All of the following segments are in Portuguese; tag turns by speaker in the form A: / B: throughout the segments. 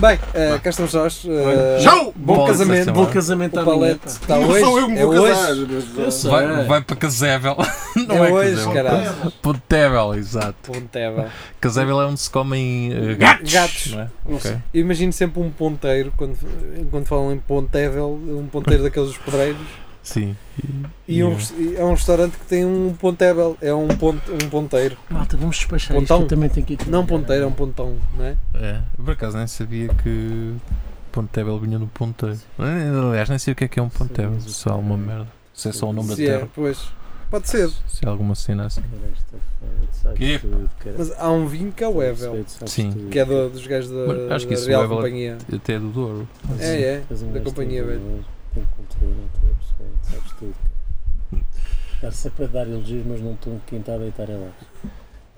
A: Bem, eh, cá estamos nós. eh,
B: Tchau!
A: Bom
C: Nossa
A: casamento.
C: Senhora.
A: Bom
B: Bom casamento
A: o
B: à
A: palete
B: vinheta.
A: está
B: Não
A: hoje.
B: sou eu que me
A: é
B: vou casar.
A: hoje.
B: Eu
A: É
B: sei.
C: Vai, vai para Casével. Não é,
A: hoje,
C: Casével.
A: caralho.
C: Pontevel, exato.
A: Ponteva.
C: Casével é onde se comem eh, gatos.
A: Gatos.
C: não é?
A: Não
C: Ok.
A: sei. Eu Imagino sempre um ponteiro, quando, quando falam em pontevel, um ponteiro daqueles dos pedreiros.
C: Sim.
A: E um res- e é um restaurante que tem um pontevel, é um, ponte, um ponteiro.
B: Malta, vamos despachar isto.
A: Pontão?
B: que Eu também tenho que ir
A: Não
B: trabalhar.
A: ponteiro, é um pontão, não é?
C: É. Eu, Por acaso nem sabia que Pontevel vinha do Ponteiro. Aliás, nem sei o que é que é um Pontevel.
D: Sim, mas o
C: Se é alguma merda. Se é só o nome da
A: Se é,
C: terra.
A: pois. Pode ser.
C: Se é alguma cena assim.
D: Era esta feira, sabes
C: Que?
D: tudo, cara.
A: Mas há um vinho que é o Evel,
D: Respeito, sabes
C: Sim.
D: tudo.
A: que é do- dos gajos da,
C: Mas acho que
A: da
C: isso
A: Real
C: o Evel-
A: Companhia.
C: Até é do Douro.
A: É, é,
D: Faz um
A: da
D: gajo
A: companhia,
D: todo
A: velho.
D: valor, Tem conteúdo, não estou a perceber, sabes tudo. cara. Estar sempre a dar elogios, mas não estou quem está a deitar é lá.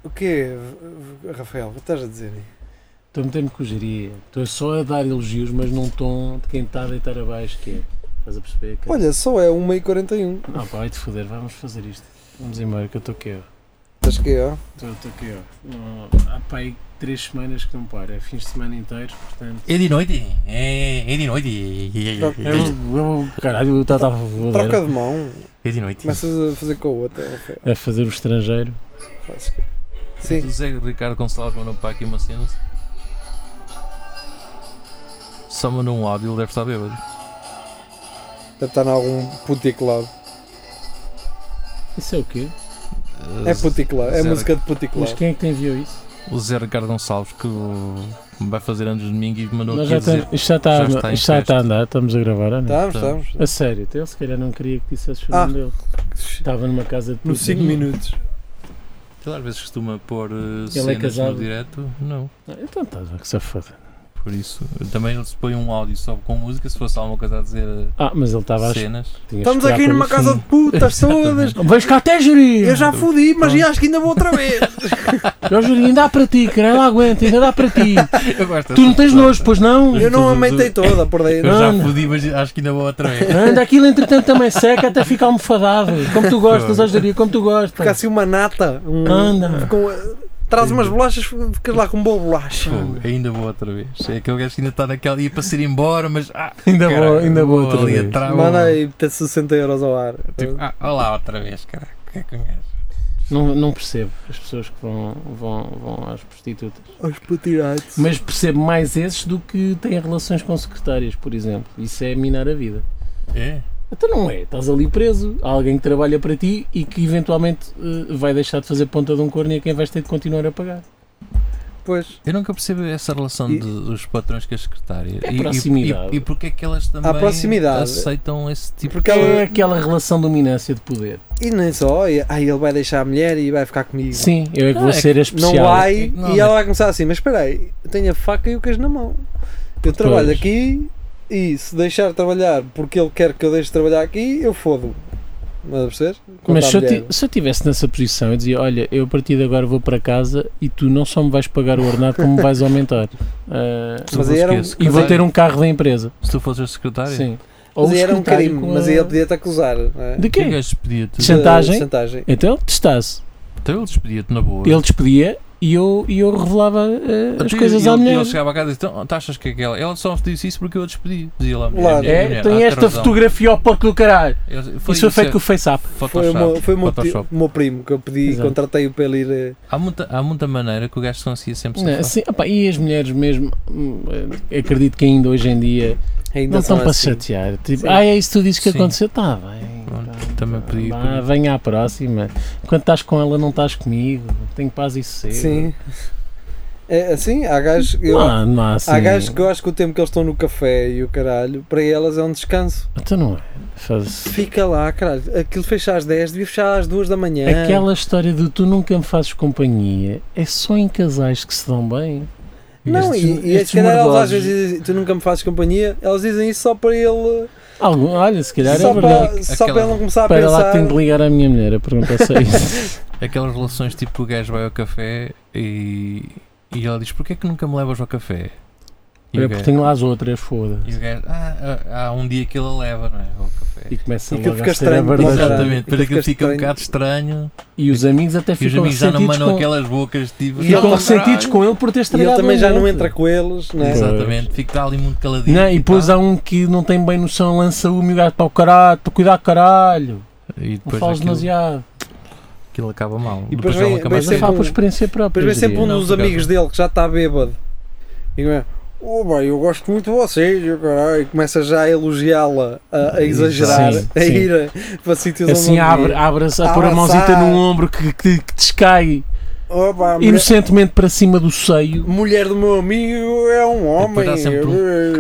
A: O quê, V- V- Rafael? O que estás a dizer?
D: Estou metendo cogeria. Estou só a dar elogios, mas num tom de quem está a deitar abaixo, que é. Estás a perceber, cara?
A: Olha, só é 1h41.
D: Não, pá, vai-te foder, vamos fazer isto. Vamos embora, que eu estou aqui, ó.
A: Estás que é? ó?
D: Estou estou aqui, ó. Não, Há pá aí três semanas que não para, é fins de semana inteiros, portanto.
C: É de noite. É, é de noite.
D: Eu, eu, caralho, eu estava a foder.
A: É um- Troca de mão.
C: É de noite.
A: Começas a fazer com a outra, Rafael.
D: a fazer o estrangeiro.
A: Fazes que- Sim.
C: O Zé Ricardo Gonçalves mandou para aqui uma cena. Só mandou um áudio, ele deve estar bêbado.
A: Deve estar em algum puticlado.
D: Isso é o quê?
A: É puticlado. É
C: zero.
A: música de
D: Mas
A: puticlado.
D: quem é que te enviou isso?
C: O Zé Ricardo Gonçalves que o- vai fazer anos de domingo e mandou aqui
D: Nós já
C: a dizer.
D: estamos, isto já está,
C: já está em
D: isto já está
C: festa.
D: a andar, estamos a gravar, ou não?
A: Estamos, estamos.
D: A sério, então ele se calhar não queria que dissesse o
A: Tá. Ah.
D: nome dele. Estava numa casa de
A: No
D: putas.
A: 5 minutos.
C: Ele às vezes costuma pôr eh,
D: é
C: cenas
D: casado.
C: no direto. Não.
D: Ah, Então estás a que se foda.
C: Por isso. Também ele se põe um áudio só com música, se fosse alguma coisa a dizer eh,
D: Ah, mas ele estava a
C: cenas.
D: tinha
A: Estamos
D: que esperar
A: aqui
D: pelo
A: numa casa de
D: fim.
A: putas todas.
D: Vais cá até gerir!
A: Eu já fodi, mas acho que ainda vou outra vez.
D: Eu juro, ainda dá para ti, caralho, aguenta, ainda dá para ti.
C: Eu gosto
D: tu não
C: dessa
D: tens
C: frase.
D: nojo, pois não?
A: Eu não aumentei toda por dentro.
C: Eu já
D: Não.
C: fodi, mas acho que ainda vou outra vez.
D: Anda, aquilo entretanto também seca até fica almofadado. Como tu gostas, hoje como tu
A: Fica
D: gostas.
A: assim uma nata. Um,
D: Anda.
A: com- traz umas bolachas, ficas lá com um bolo de bolacha.
C: Fogo, ainda vou outra vez. É aquele gajo que ainda está naquela. ia para ser embora, mas. Ah,
D: Ainda
C: caralho,
D: vou, ainda vou outra
C: ali
D: vez.
C: atrás, vou-
A: Manda aí ter 60 euros ao ar.
C: Tipo, ah, olha lá outra vez, caralho. O que é que um gajo?
D: Não, não percebo as pessoas que vão, vão, vão às prostitutas.
A: Aos putirados.
D: Mas percebo mais esses do que têm relações com secretárias, por exemplo. Isso é minar a vida.
C: É?
D: Então não é. Estás ali preso. Há alguém que trabalha para ti e que eventualmente eh, vai deixar de fazer ponta de um corno e é quem vais ter de continuar a pagar.
A: Pois.
C: Eu nunca percebo essa relação
A: E-
C: de- dos patrões com as secretárias.
D: É
C: E- e-
D: proximidade.
C: E, e, porque é que elas também
A: proximidade.
C: aceitam esse tipo
A: Porque
D: É
A: ela.
D: aquela relação de dominância de poder.
A: E nem só. E, ah, ele vai deixar a mulher e vai ficar comigo.
D: Sim, eu é que
C: Não,
D: vou
C: é que
D: ser a
A: Não
D: especial.
A: vai.
C: É que não,
A: e ela
C: mas-
A: vai começar assim: Mas espera aí, eu tenho a faca e o queijo na mão. Eu trabalho aqui e se deixar trabalhar porque ele quer que eu deixe trabalhar aqui, eu fodo. Mas a perceber? Contra
D: Mas
A: a
D: se eu,
A: mulher.
D: ti- se eu estivesse nessa posição, eu dizia: Olha, eu a partir de agora vou para casa e tu não só me vais pagar o ordenado, como me vais aumentar. Ah,
C: Se tu
A: Mas
C: fosses
A: era
C: quê?
A: um-
D: e vou
C: Secretário?
D: ter um carro da empresa.
C: Se tu fosses a secretária?
D: Sim.
A: Mas
D: o
A: aí era um
D: secretário
A: crime,
D: com
A: mas
D: a-
A: aí ele podia te acusar. não é?
D: De
C: O que é que
D: quê?
C: ele despedia-te?
D: Sim. Chantagem?
A: De Chantagem.
D: Então ele testasse.
C: Então ele despedia-te na boa.
D: Ele despedia e eu, e eu revelava eh,
C: Então
D: as
C: ele-
D: coisas à
C: ele-
D: mulher.
C: Ele chegava a casa e disse: Então, tu achas que é aquela? Ela só disse isso porque eu a despedi. Dizia lá a mulher.
A: Claro.
C: minha
D: É,
C: mulher,
D: tem
C: "Ah,
D: esta
C: razão."
D: fotografia ao porco do caralho.
C: Ele- Foi
D: isso foi feito
C: é
D: com o FaceApp.
A: Foi, o
C: Photoshop.
A: meu, foi o meu ti-
C: Photoshop.
A: meu primo que eu pedi
D: Exato.
A: contratei-o para ele ir. eh,
C: Há muita, há muita maneira que o gajo se conseguia sempre
D: Não,
C: safar.
D: assim, opá, e as mulheres mesmo, hum, eh, acredito que ainda hoje em dia
A: Ainda
D: não
A: são
D: estão para
A: assim.
D: chatear. Tipo,
A: Sim.
D: ah, é isso que tu dizes que
C: Sim.
D: aconteceu? Tá, bem.
C: Pronto,
D: tá,
C: também
D: tá,
C: pedi
D: vá,
C: por isso.
D: Venha à próxima. Quando estás com ela, não estás comigo. Tenho paz e sossego.
A: Sim. É assim, há gajos. eu-
D: Não, não há assim.
A: Há gajos que eu acho que o tempo que eles estão no café e o caralho, para elas é um descanso.
D: Então não é. Faz-
A: Fica lá, caralho. Aquilo fecha às 10, devia fechar às 2 da manhã.
D: Aquela história de tu nunca me fazes companhia é só em casais que se dão bem.
A: Não,
D: estes-
A: e, e
D: estes
A: se calhar elas às
D: mordosos-
A: vezes dizem, tu nunca me fazes companhia, elas dizem isso só para ele.
D: Algum, olha, se calhar
A: só
D: é verdade.
A: para, só
C: Aquela-
A: para ele não começar a
D: Para lá
A: pensar.
D: que tenho de ligar à minha mulher a perguntar se é isso.
C: Aquelas relações tipo o gajo vai ao café e, e ela diz: Porquê é que nunca me levas ao café? E
D: Olha,
C: o
D: porque
C: gajo-
D: tenho lá as outras, é foda-se.
C: E o gajo, ah, há um dia que ele leva, não é? O café.
D: E começa
A: E aquilo
D: logo
A: fica
D: a ser a
A: estranho,
D: verdade.
A: caralho.
C: Exatamente, depois
A: Aquilo fica
C: aquilo fica um
A: estranho.
C: bocado estranho
D: E os amigos até
C: e os
D: ficam
C: amigos já não
D: ressentidos
C: mandam
D: com,
C: aquelas bocas tipo.
D: ficam
C: "Ah,
D: ressentidos
C: caralho."
D: com ele por ter
A: é. E
D: estragado
A: ele também
D: um
A: já não
D: monte.
A: entra com eles, né?
D: Exato.
C: Exatamente, fica ali muito caladinho.
D: Não, e
C: Ah.
D: depois há um que não tem bem noção, lança uma e o gajo para o caralho, tu cuidado caralho,
C: E
D: não
C: depois
D: falas
C: aquilo,
D: demasiado.
C: aquilo acaba mal.
A: E depois
C: já
A: vem-
C: não acaba
A: vem
D: Mas
C: bem.
D: é
A: sempre
D: fala
A: um-
D: por experiência própria.
A: Depois vem sempre um
D: diria.
C: Não,
A: dos
C: por acaso
A: amigos
C: não.
A: dele que já está bêbado e como é, oh, bem, eu gosto muito de vocês e o caralho, e começa já a elogiá-la, a, a exagerar,
D: Sim,
A: a
D: sim.
A: ir a, para sítios
D: Assim
A: onde não
D: abre,
A: devia.
D: abre a pôr a
A: Abraçar.
D: mãozita no ombro que, que, que descai
A: Oh, pá, a mulher,
D: inocentemente para cima do seio,
A: mulher do meu amigo é um homem. Eh,
C: dá sempre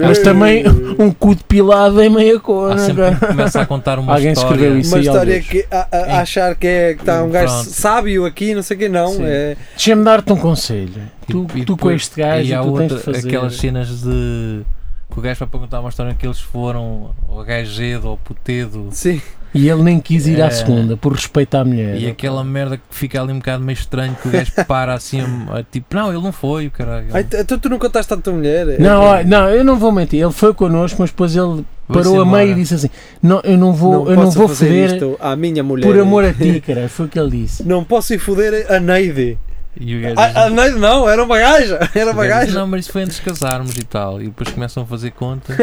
D: mas também um cu depilado em meia cor.
C: Há
D: não é,
C: sempre um
D: cara?
C: que começa a contar uma
D: Alguém
C: história.
D: escreveu isso.
A: Uma
D: Sim,
A: história
D: alguns.
A: que a, a- a achar que é que está um gajo
C: Pronto.
A: sábio aqui, não sei o que, não.
D: Sim.
A: É,
D: Deixa-me dar-te um conselho.
C: E-
D: Tu,
C: tipo, e
D: tu com
C: depois-
D: este gajo,
C: e há
D: tu tens de
C: outra-
D: fazer.
C: aquelas cenas de que o gajo vai para contar uma história que eles foram ao gajedo ou putedo
A: sim.
D: E ele nem quis ir
C: É.
D: à segunda, por respeito à mulher.
C: e é- aquela merda que fica ali um bocado meio estranho que o gajo para assim a- a- tipo, não, ele não foi, o caralho.
A: Ai, tu- tu, tu não contaste à tua mulher? eh,
D: Não, ó, não, eu não vou mentir. Ele foi connosco, mas depois ele
C: Vai-se
D: parou a
C: embora.
D: meio e disse assim: Não, eu não vou, eu não
A: posso
D: vou
A: fazer
D: foder
A: isto à minha mulher. eh.
D: por amor a ti, cara. Foi o que ele disse.
A: Não posso ir foder a Neide. Ah,
C: E o gajo
A: A, a Neide não, era uma gaja. Era
C: o
A: uma
C: gajo diz,
A: gaja.
C: Não, mas isso foi antes de casarmos e tal. E depois começam a fazer contas.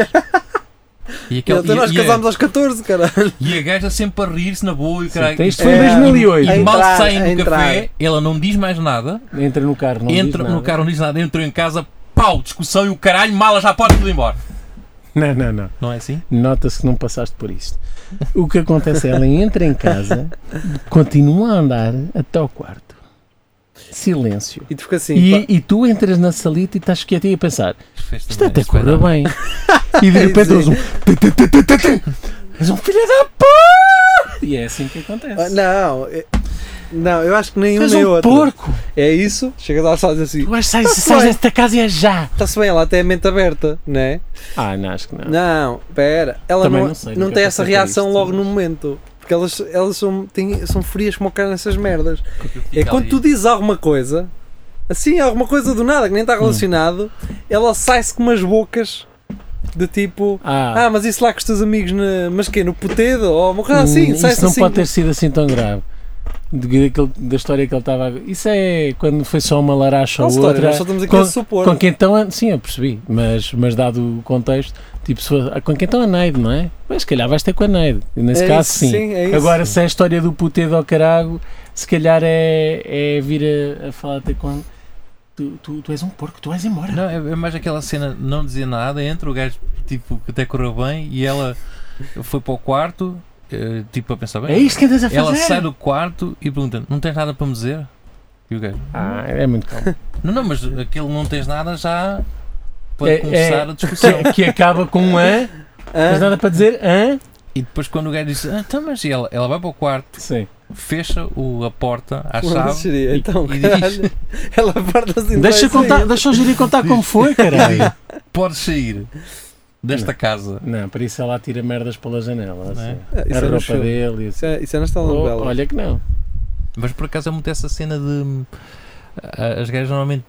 C: E,
A: E
C: aquele,
A: até Então nós
D: é-
C: e, e, a,
A: casámos aos 14, caralho.
C: e a gaja sempre a rir-se na boa e o caralho. Tipo,
D: Então, isto foi em
A: É,
D: 2008.
A: a
C: E mal
A: entrar,
C: saem
A: a
C: do
A: entrar.
C: café, ela não diz mais nada,
D: Entra no carro, não
C: entra
D: diz nada.
C: no carro, não diz nada, entra em casa, pau, discussão e o caralho, mala já pode tudo embora.
D: Não, não, não.
C: Não é assim?
D: Nota-se que não passaste por isto. O que acontece é ela entra em casa, continua a andar até ao quarto. Silêncio.
A: E tu fica assim.
D: E,
A: pá,
D: e tu entras na salita e estás quietinho a pensar:
C: Fez
D: Isto
C: também,
D: até
C: isto vai
D: correu
C: dar.
D: bem. E de repente
A: Sim.
D: ouves um. tu, tu, tu, tu, tu, tu. És um filho da porra! E é assim que
A: ah,
D: acontece.
A: Não, é- não, eu acho que nem um
D: És
A: nem
D: um
A: outro.
D: porco!
A: É isso? Chega lá e faz assim.
D: Tu vais sair
A: Tá-se
D: sai
A: bem.
D: desta casa e é já!
A: Está-se bem, ela até é mente aberta, não é?
D: Ah, não, acho que não.
A: Não, pera. Ela
D: Também
A: não,
D: não sei,
A: não
D: nunca
A: tem essa
D: pensei para
A: reação
D: isto,
A: logo
D: mas-
A: no momento. Porque elas, elas são, têm, são frias como o cara nessas merdas.
C: Fica
A: É quando
C: ali.
A: tu dizes alguma coisa, assim, alguma coisa do nada que nem
D: Hum.
A: está relacionado, ela sai-se com umas bocas de tipo.
D: Ah,
A: Ah, mas isso lá com os teus amigos, na, mas quê? No putedo? Ou uma coisa
D: hum,
A: assim,
D: isso
A: sai-se
D: não
A: assim.
D: pode ter sido assim tão grave. De- daquele- da história que ele estava. a- Isso é quando foi só uma laracha
A: Não,
D: ou
A: É história,
D: outra.
A: nós só estamos aqui
D: com-
A: a supor.
D: Com quem então. Sim, eu percebi. Mas, mas dado o contexto, tipo, se for, com quem então a Neide, não é? Mas se calhar vais ter com a Neide. E Nesse
A: É
D: caso,
A: isso,
D: sim.
A: é isso.
D: Agora, se é a história do putedo ao carago, se calhar é, é vir a, a falar até quando. Tu, tu, tu és um porco, tu vais embora.
C: Não, é, é mais aquela cena de não dizer nada, entra o gajo tipo que até correu bem e ela foi para o quarto, eh, tipo a pensar bem.
D: é isto que andas a fazer.
C: ela sai do quarto e pergunta: Não tens nada para me dizer? E o gajo:
D: Ah, é muito calmo.
C: Não, não, mas aquele não tens nada já pode
D: É-
C: começar
D: é-
C: a discussão.
D: que acaba com um hã, mas
A: Ah,
D: nada para dizer hã?
C: E depois quando o gajo diz: Ah, então, mas e ela, ela vai para o quarto,
D: Sim.
C: fecha o, a porta à
A: não
C: chave.
A: seria, então,
C: e diz-
A: caralho, ela parte-se e
D: Deixa,
A: vai sair.
D: contar, deixa o Júlio contar como foi, caralho.
C: Podes sair desta casa.
D: Não, para isso ela atira merdas pela janela.
C: Não é?
D: assim.
A: Ah,
D: A
A: Isso é no
D: roupa
A: show.
D: dele e assim.
A: Isso é- Isso é nas
D: Oh,
A: telenovelas.
D: olha que não.
C: Mas por acaso é muito essa cena de. hum, a- As gajas normalmente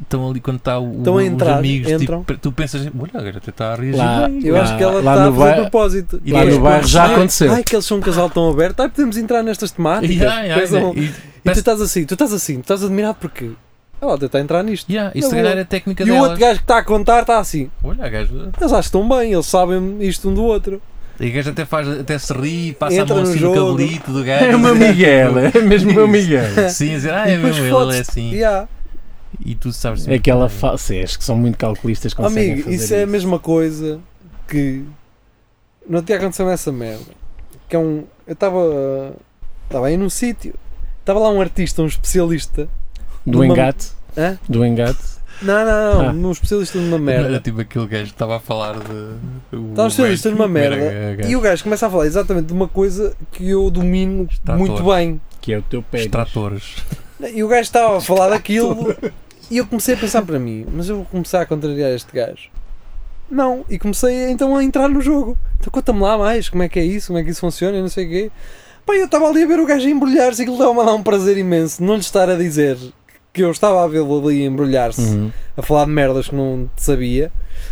C: estão ali quando está o,
A: Estão a
C: os
A: entrar,
C: amigos.
A: entram.
C: Tipo, tu pensas, olha, a gaja até está a reagir.
D: Lá-
C: bem.
A: é Eu acho que ela
D: lá
A: está a
D: no
A: fazer a
D: bairro-
A: propósito.
C: e lá
A: Depois
C: no bairro
A: quando
D: já
A: sai,
D: aconteceu.
A: Ai, que eles são um casal tão aberto. Ai, podemos entrar nestas temáticas.
C: Yeah, yeah,
A: Pois
C: yeah.
A: não.
C: E-
A: E tu
C: Parece-
A: estás assim, tu estás assim, tu estás admirado porque ela até está a entrar nisto.
C: yeah, isso
A: Na
C: se calhar
A: boa.
C: é a técnica
A: E o outro
C: delas.
A: gajo que está a contar está assim.
C: Olha, a gaja.
A: Eles acham tão bem, eles sabem isto um do outro.
C: E o gajo até, faz, até se ri, passa
A: Entra
C: a mão
A: no
C: assim no,
A: jogo.
C: cabelito do gajo.
D: É o meu Miguel, é mesmo o meu Miguel.
C: Sim, a dizer, ah,
A: E
C: é
A: depois
C: mesmo, ele é
A: foda-se.
C: assim.
A: Yeah.
C: E tu sabes tipo,
D: É aquela
C: fala.
D: face, é, acho que são muito calculistas conseguem
A: Amigo,
D: fazer
A: isso é a mesma coisa que não tinha acontecido nessa merda. Que é um. Eu estava. Estava aí num sítio. Estava lá um artista, um especialista.
D: Do
A: Numa-
D: engate,
A: Hã?
D: do engate.
A: Não, não, não.
D: Ah.
A: Num especialista numa
C: Era
A: merda.
C: tipo aquele gajo que estava a falar de. o
A: Estava Tá a ser
C: gajo-
A: isto numa
C: primeiro
A: merda.
C: gajo.
A: E o gajo começa a falar exatamente de uma coisa que eu domino
C: Está
A: muito
C: todo.
A: bem.
D: que é o teu pé.
C: Os tratores.
A: E o gajo estava a falar daquilo e eu comecei a pensar para mim, mas eu vou começar a contrariar este gajo. Não, e comecei então a entrar no jogo. Então conta-me lá mais, como é que é isso, como é que isso funciona, e não sei o quê. Pá, eu estava ali a ver o gajo a embrulhar-se e aquilo estava-me a dar um prazer imenso, não lhe estar a dizer que eu estava a vê-lo ali embrulhar-se
D: Uhum.
A: a falar de merdas que não sabia.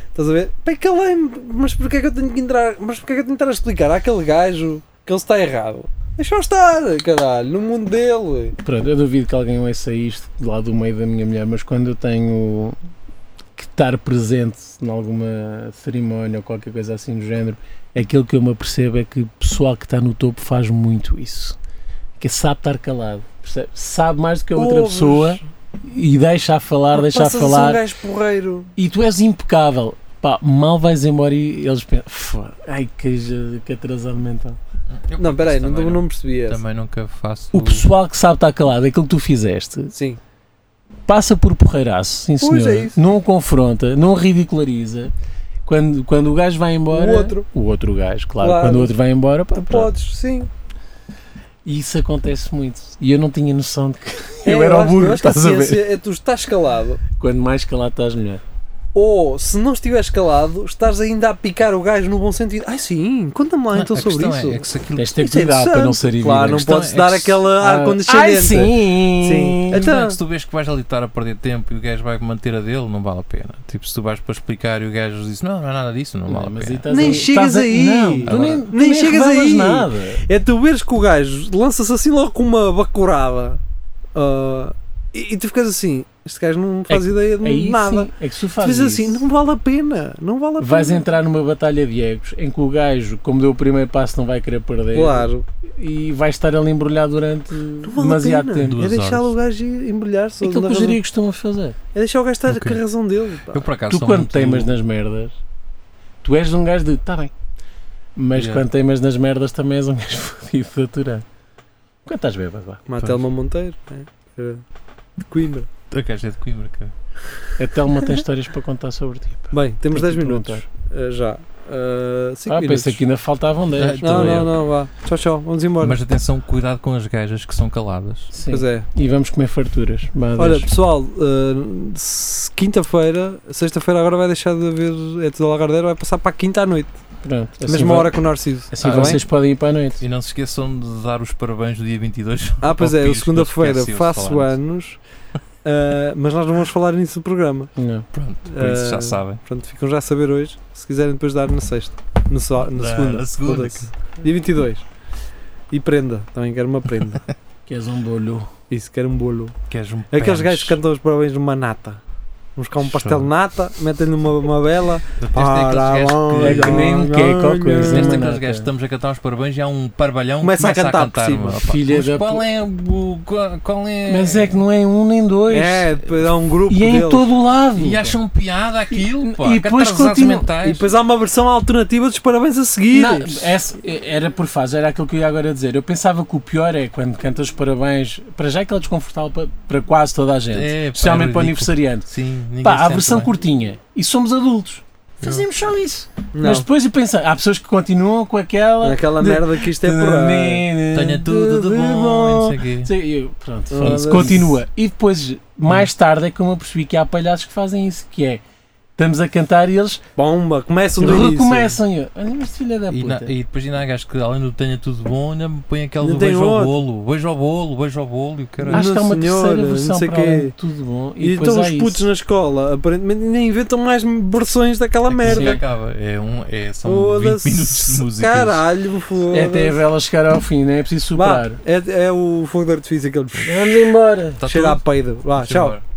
A: Estás a ver? é Pai, calei-me, mas porquê é que eu tenho que entrar? Mas porquê é que eu tenho que estar a explicar àquele gajo que ele está errado? Deixa-o estar, caralho, no mundo dele.
D: Pronto, eu duvido que alguém ouça isto de lá do meio da minha mulher, mas quando eu tenho que estar presente em alguma cerimónia ou qualquer coisa assim do género, aquilo que eu me apercebo é que o pessoal que está no topo faz muito isso. Que sabe estar calado, percebe? sabe mais do que a outra
A: Ouves.
D: pessoa e deixa a falar, deixa a
A: Passas a ser um
D: falar.
A: gajo porreiro.
D: E tu és impecável. Pá, mal vais embora e eles pensam, "Fua, ai que, ja- que atrasado
A: Tá
D: mental.
C: Eu
A: Não, peraí, não,
C: também
A: não, não percebi essa.
C: Também nunca faço.
D: O pessoal que sabe estar calado, aquilo que tu fizeste,
A: Sim.
D: passa por porreiraço, sim
A: Pois,
D: senhor.
A: é isso.
D: não o confronta, não o ridiculariza. Quando, quando o gajo vai embora.
A: O outro.
D: O outro gajo, claro.
A: Claro.
D: Quando o outro vai embora, pá,
A: Tu
D: pronto.
A: podes, sim.
D: E isso acontece muito. E eu não tinha noção de que
A: É,
D: eu era o
A: acho-
D: burro,
A: eu acho que
D: estás a ver?
A: ciência É tu estás calado,
D: Quando mais calado estás melhor.
A: ou se não estiveres calado, estás ainda a picar o gajo no bom sentido. Ai sim, conta-me lá então
C: a
A: sobre
C: questão
A: isso.
C: É, é que se aquilo
D: Tens de ter
A: Isso é
D: cuidado para não
A: interessante.
D: ser evidente. Então,
A: Claro, não
C: questão
A: podes
C: é
A: dar
C: que se-
A: aquele ar
D: Ai,
A: condescendente.
D: sim.
A: Sim.
C: Mas não é
A: Então-
C: que se tu vês que vais ali estar a perder tempo e o gajo vai manter a dele, não vale a pena. Tipo, se tu vais para explicar e o gajo diz não, não é nada disso, não
D: Não,
C: vale a
D: mas
C: pena.
D: aí estás
A: Nem
D: a-
A: chegas
D: estás a-
A: aí.
D: Não, tu
C: Agora-
D: nem, tu
A: Nem chegas
D: revelas
A: aí.
D: Nada.
A: É tu veres que o gajo lança-se assim logo com uma bacurada ah, e, e tu ficas assim, este gajo não faz ideia de
D: É Aí
A: nada.
D: sim, é que se tu
A: Tu
D: fazes
A: fazes assim,
D: isso,
A: não vale a pena, não vale a
D: vais
A: pena.
D: entrar numa batalha de egos em que o gajo, como deu o primeiro passo, não vai querer perder.
A: Claro,
D: e vais estar ali embrulhado durante
A: não vale
D: demasiado
A: a pena.
D: tempo.
A: É
C: Duas
A: deixar
C: horas.
A: o gajo ir embrulhar-se.
D: É aquilo
A: na
D: que os
A: razão.
D: gregos estão a fazer.
A: É deixar o gajo estar
C: Ok.
A: com a razão dele. pá.
C: Eu por acaso
D: Tu,
C: sou
D: quando
C: Ah, muito-
D: teimas nas merdas, tu és um gajo de está bem, mas
C: Yeah.
D: quando teimas nas merdas, também és um gajo fodido de aturar. Quando estás bêbado, vá.
A: Como a Telma Monteiro, né? Era de Coimbra.
C: O gajo é de Coimbra, cara.
D: A Telma tem histórias para contar sobre ti. pá.
A: Bem, temos
D: Tenho
A: 10
D: que
A: minutos.
D: perguntar.
A: eh, já. 5
D: Ah,
A: minutos.
D: pensei que ainda faltavam 10.
C: Ah,
A: Não,
C: Então
A: não,
C: eu.
A: não, vá. Tchau, tchau. Vamos embora.
C: Mas atenção, cuidado com as gajas que são caladas.
D: Sim.
A: pois é.
D: E vamos comer farturas. Vá,
A: Olha,
D: adeus.
A: pessoal, eh, se- quinta-feira, sexta-feira agora vai deixar de haver é tudo Lagardeira, vai passar para a quinta à noite.
D: Pronto, assim
A: mesma
D: vai-
A: hora que Tá o Narciso.
D: Assim
C: Ah,
D: vocês podem ir para a noite.
C: E não se esqueçam de dar os parabéns do dia 22.
A: Ah, pois
C: ao
A: é, eu
C: Pires, que
A: segunda-feira
C: esqueci de
A: faço
C: falar.
A: anos, eh, mas nós não vamos falar nisso no programa.
D: Não.
C: Pronto, por isso
A: Eh,
C: já sabem.
A: Portanto, ficam já a saber hoje. Se quiserem depois dar na sexta. No só- na,
C: Na-
A: segunda.
C: na segunda,
A: Foda-se. Dia 22. E prenda. Também quero uma prenda.
D: Que és um bolho.
A: Isso, quero um bolo.
C: Queres um
A: Aqueles
C: pênis
A: gajos que cantam os parabéns numa nata. Vamos buscar um pastel
C: Show.
A: nata, metem-lhe uma, uma bela.
C: Detesto é aqueles gajos que-
D: É que nem um queco ou coisa.
C: Deste
D: Uma
C: aqueles
D: nata.
C: gajos, estamos a cantar os parabéns e há um parbalhão
A: Começa a
C: que começa
A: cantar
C: a
A: por
C: cantar.
A: cima.
C: meu, opa.
D: Filha
C: Mas
D: da
C: qual é o. qual- Qual é.
D: Mas é que não é um nem dois.
A: É, depois há um grupo
D: E é em
A: deles.
D: todo o lado.
C: E acham piada aquilo,
D: E-
C: pá.
D: e
C: que
D: depois
C: atrasados
D: continua-
A: E
C: mentais.
A: depois há uma versão alternativa dos parabéns a seguir.
D: Não, é, essa- era por fase, era aquilo que eu ia agora dizer. Eu pensava que o pior é quando cantas os parabéns, para já é que é desconfortável para, para quase toda a gente,
C: É, pá, é
D: especialmente para o
C: ridículo.
D: aniversariante.
C: Sim, ninguém
D: Pá,
C: se
D: há a
C: sente
D: versão
C: bem.
D: curtinha e somos adultos. Fazemos só isso. Mas
A: Não,
D: depois eu penso, há pessoas que continuam com aquela.
A: Aquela merda que isto é por.
D: Ah.
C: Tenha tudo de bom, e não sei o quê.
D: Sim, eu- pronto,
A: Ah, mas-
D: foda-se. continua. E depois, mais tarde, é como eu percebi que há palhaços que fazem isso, que é estamos a cantar e eles
A: Bomba, começam do início.
D: recomeçam. E eu, Olha, mas filha da
C: E, na-
D: puta.
C: e depois ainda há gajos que além do tenha tudo bom, ainda me põe aquele
A: Ainda
C: do
A: tem
C: beijo ao
A: outro.
C: bolo, beijo ao bolo, beijo ao bolo e o caralho.
D: Acho que há uma
A: senhora,
D: terceira
A: não
D: versão
A: sei
D: para
A: quê.
D: além de tudo bom. E,
A: E
D: depois
A: então os
D: há
A: putos
D: isso.
A: na escola, aparentemente, nem inventam mais versões daquela
C: É que isso já
A: Ah, merda.
C: acaba. É um, é, são 20 minutos de
A: Foda-se.
C: música.
A: Caralho, foda
D: É até a vela chegar ao fim, não é preciso
A: Vá,
D: superar.
A: é, é o fogo de artifício aquele.
D: Vamos embora.
C: Está
A: Cheira a
C: Tá
D: Tá
C: tudo?
A: peido. Vá,
C: Vamos
A: tchau.
C: embora.